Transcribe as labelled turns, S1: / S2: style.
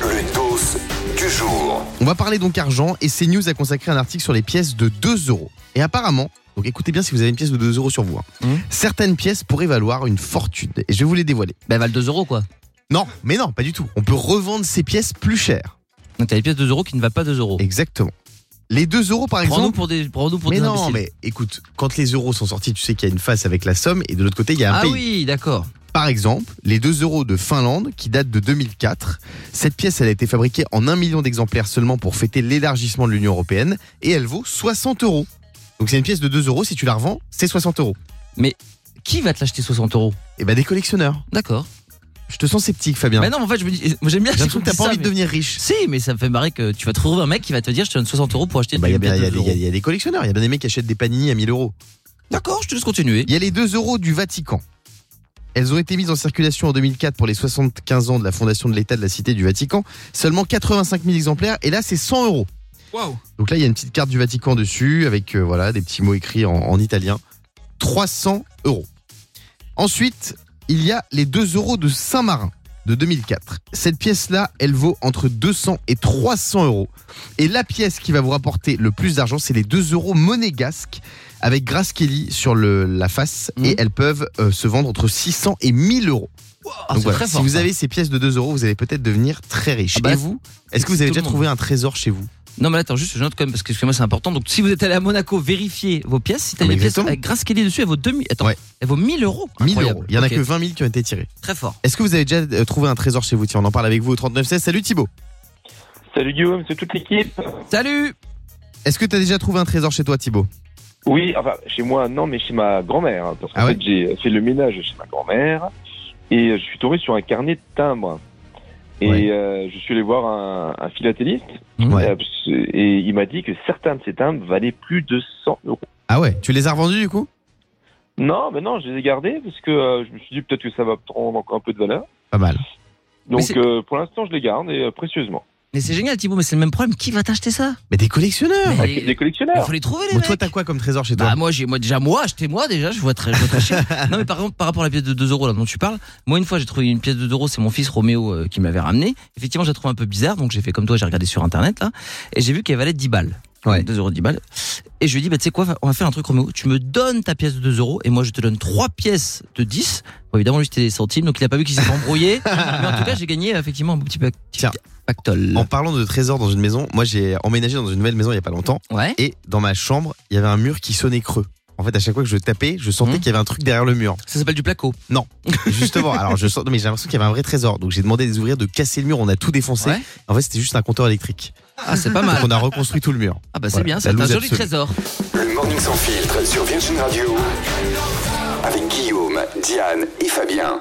S1: Le dos du jour.
S2: On va parler donc argent et CNews a consacré un article sur les pièces de 2 euros. Et apparemment, donc écoutez bien si vous avez une pièce de 2 euros sur vous, hein,
S3: Mhm.
S2: certaines pièces pourraient valoir une fortune. Et je vais vous les dévoiler.
S3: Bah, elles valent 2 euros quoi.
S2: Non, mais non, pas du tout. On peut revendre ces pièces plus chères.
S3: Donc t'as des pièces de 2 euros qui ne valent pas 2 euros.
S2: Exactement. Les 2 euros par
S3: Prends-nous
S2: exemple.
S3: pour des, prends-nous pour
S2: mais
S3: des
S2: non,
S3: imbéciles.
S2: mais écoute, quand les euros sont sortis, tu sais qu'il y a une face avec la somme et de l'autre côté, il y a un
S3: Ah
S2: pays.
S3: oui, d'accord.
S2: Par exemple, les 2 euros de Finlande qui datent de 2004. Cette pièce, elle a été fabriquée en 1 million d'exemplaires seulement pour fêter l'élargissement de l'Union Européenne et elle vaut 60 euros. Donc c'est une pièce de 2 euros, si tu la revends, c'est 60 euros.
S3: Qui va te l'acheter 60 euros
S2: Et ben des collectionneurs.
S3: D'accord.
S2: Je te sens sceptique, Fabien.
S3: Mais non, mais en fait, je me dis, moi, j'aime bien.
S2: J'ai l'impression que t'as pas
S3: ça,
S2: envie de
S3: mais-
S2: devenir riche.
S3: Si, mais ça me fait marrer que tu vas te retrouver un mec qui va te dire je te donne 60 euros pour acheter
S2: Bah, Il y, a
S3: une
S2: bien-
S3: pièce
S2: il y a
S3: de 2
S2: des- il y a-
S3: euros.
S2: il y a des collectionneurs, il y a bien des mecs qui achètent des panini à 1000 euros.
S3: D'accord, je te laisse continuer.
S2: Il y a les 2 euros du Vatican. Elles ont été mises en circulation en 2004 pour les 75 ans de la fondation de l'État de la Cité du Vatican. Seulement 85 000 exemplaires et là c'est 100 euros.
S3: Waouh.
S2: Donc là, il y a une petite carte du Vatican dessus avec euh, voilà des petits mots écrits en, en italien. 300 euros. Ensuite, il y a les 2 euros de Saint-Marin de 2004. Cette pièce-là, elle vaut entre 200 et 300 euros. Et la pièce qui va vous rapporter le plus d'argent, c'est les 2 euros monégasques avec Grace Kelly sur le- la face.
S3: Mhm.
S2: Et elles peuvent euh, se vendre entre 600 et 1000 euros.
S3: Ah, c'est
S2: Donc voilà,
S3: très
S2: si
S3: fort,
S2: vous
S3: ça.
S2: avez ces pièces de 2 euros, vous allez peut-être devenir très riche.
S3: Ah bah,
S2: et vous, est-ce que vous avez
S3: tout
S2: déjà
S3: le monde.
S2: trouvé un trésor chez vous
S3: Non, mais attends, juste, je note quand même parce que excusez-moi, c'est important. Donc, si vous êtes allé à Monaco, vérifiez vos pièces. Si t'as
S2: Ah, mais
S3: une pièce
S2: exactement.
S3: avec Grace Kelly dessus, elle vaut 2000. Attends,
S2: Ouais.
S3: elle vaut 1000 euros.
S2: 1000
S3: Incroyable.
S2: euros. Il y en a
S3: Ok,
S2: que 20 000 qui ont été tirés.
S3: Très fort.
S2: Est-ce que vous avez déjà euh, trouvé un trésor chez vous Tiens, on en parle avec vous au 3916. Salut Thibaut.
S4: Salut Guillaume, c'est toute l'équipe.
S3: Salut
S2: Est-ce que tu as déjà trouvé un trésor chez toi Thibaut
S4: Oui, enfin, chez moi, non, mais chez ma grand-mère. hein, parce qu'en
S2: Ah
S4: fait,
S2: ouais
S4: j'ai fait le ménage chez ma grand-mère et euh, je suis tombé sur un carnet de timbres. Et
S2: Ouais.
S4: euh, je suis allé voir un, un philatéliste
S2: Ouais.
S4: euh, et il m'a dit que certains de ces timbres valaient plus de 100 euros.
S2: Ah ouais, tu les as revendus du coup
S4: Non, mais non, je les ai gardés parce que euh, je me suis dit peut-être que ça va prendre encore un peu de valeur.
S2: Pas mal.
S3: Mais
S4: Donc
S3: c'est-
S4: euh, pour l'instant, je les garde et euh, précieusement.
S3: Mais c'est génial, Thibaut, mais c'est le même problème. Qui va t'acheter ça
S2: Mais des collectionneurs
S3: Mais-
S4: Ah,
S3: Et-
S4: c'est des
S3: Il
S4: collectionneurs.
S3: faut les trouver, les
S2: Bon,
S3: mecs.
S2: toi t'as quoi comme trésor chez toi
S3: Bah moi j'ai moi déjà moi achetez-moi déjà je vois très je vois très cher. non mais par exemple par rapport à la pièce de 2 euros là dont tu parles moi une fois j'ai trouvé une pièce de 2 euros c'est mon fils Roméo euh, qui m'avait ramené effectivement je la trouve un peu bizarre donc j'ai fait comme toi j'ai regardé sur internet là et j'ai vu qu'elle valait 10 balles
S2: Ouais.
S3: 2 euros 10 balles et je lui ai dit bah tu sais quoi on va faire un truc Roméo tu me donnes ta pièce de 2 euros et moi je te donne trois pièces de 10 bon, évidemment lui c'était des centimes donc il a pas vu qu'il s'est embrouillé mais en tout cas j'ai gagné euh, effectivement un petit peu
S2: Tiens.
S3: pactole
S2: En parlant de trésors dans une maison, moi j'ai emménagé dans une nouvelle maison il y a pas longtemps
S3: ouais
S2: et dans ma chambre, il y avait un mur qui sonnait creux. En fait, à chaque fois que je tapais, je sentais
S3: Mhm.
S2: qu'il y avait un truc derrière le mur.
S3: ça s'appelle du placo
S2: Et Justement, alors je sens, non, mais j'ai l'impression qu'il y avait un vrai trésor. Donc j'ai demandé à des ouvriers de casser le mur, on a tout défoncé.
S3: Ouais.
S2: En fait, c'était juste un compteur électrique.
S3: ah c'est pas
S2: Donc
S3: mal
S2: on a reconstruit tout le mur.
S3: ah bah c'est
S2: Voilà,
S3: bien
S2: la
S3: c'est un
S2: loose
S3: joli
S2: absolue.
S3: trésor
S1: Le morning sans filtre sur Virgin Radio. Avec Guillaume, Diane et Fabien.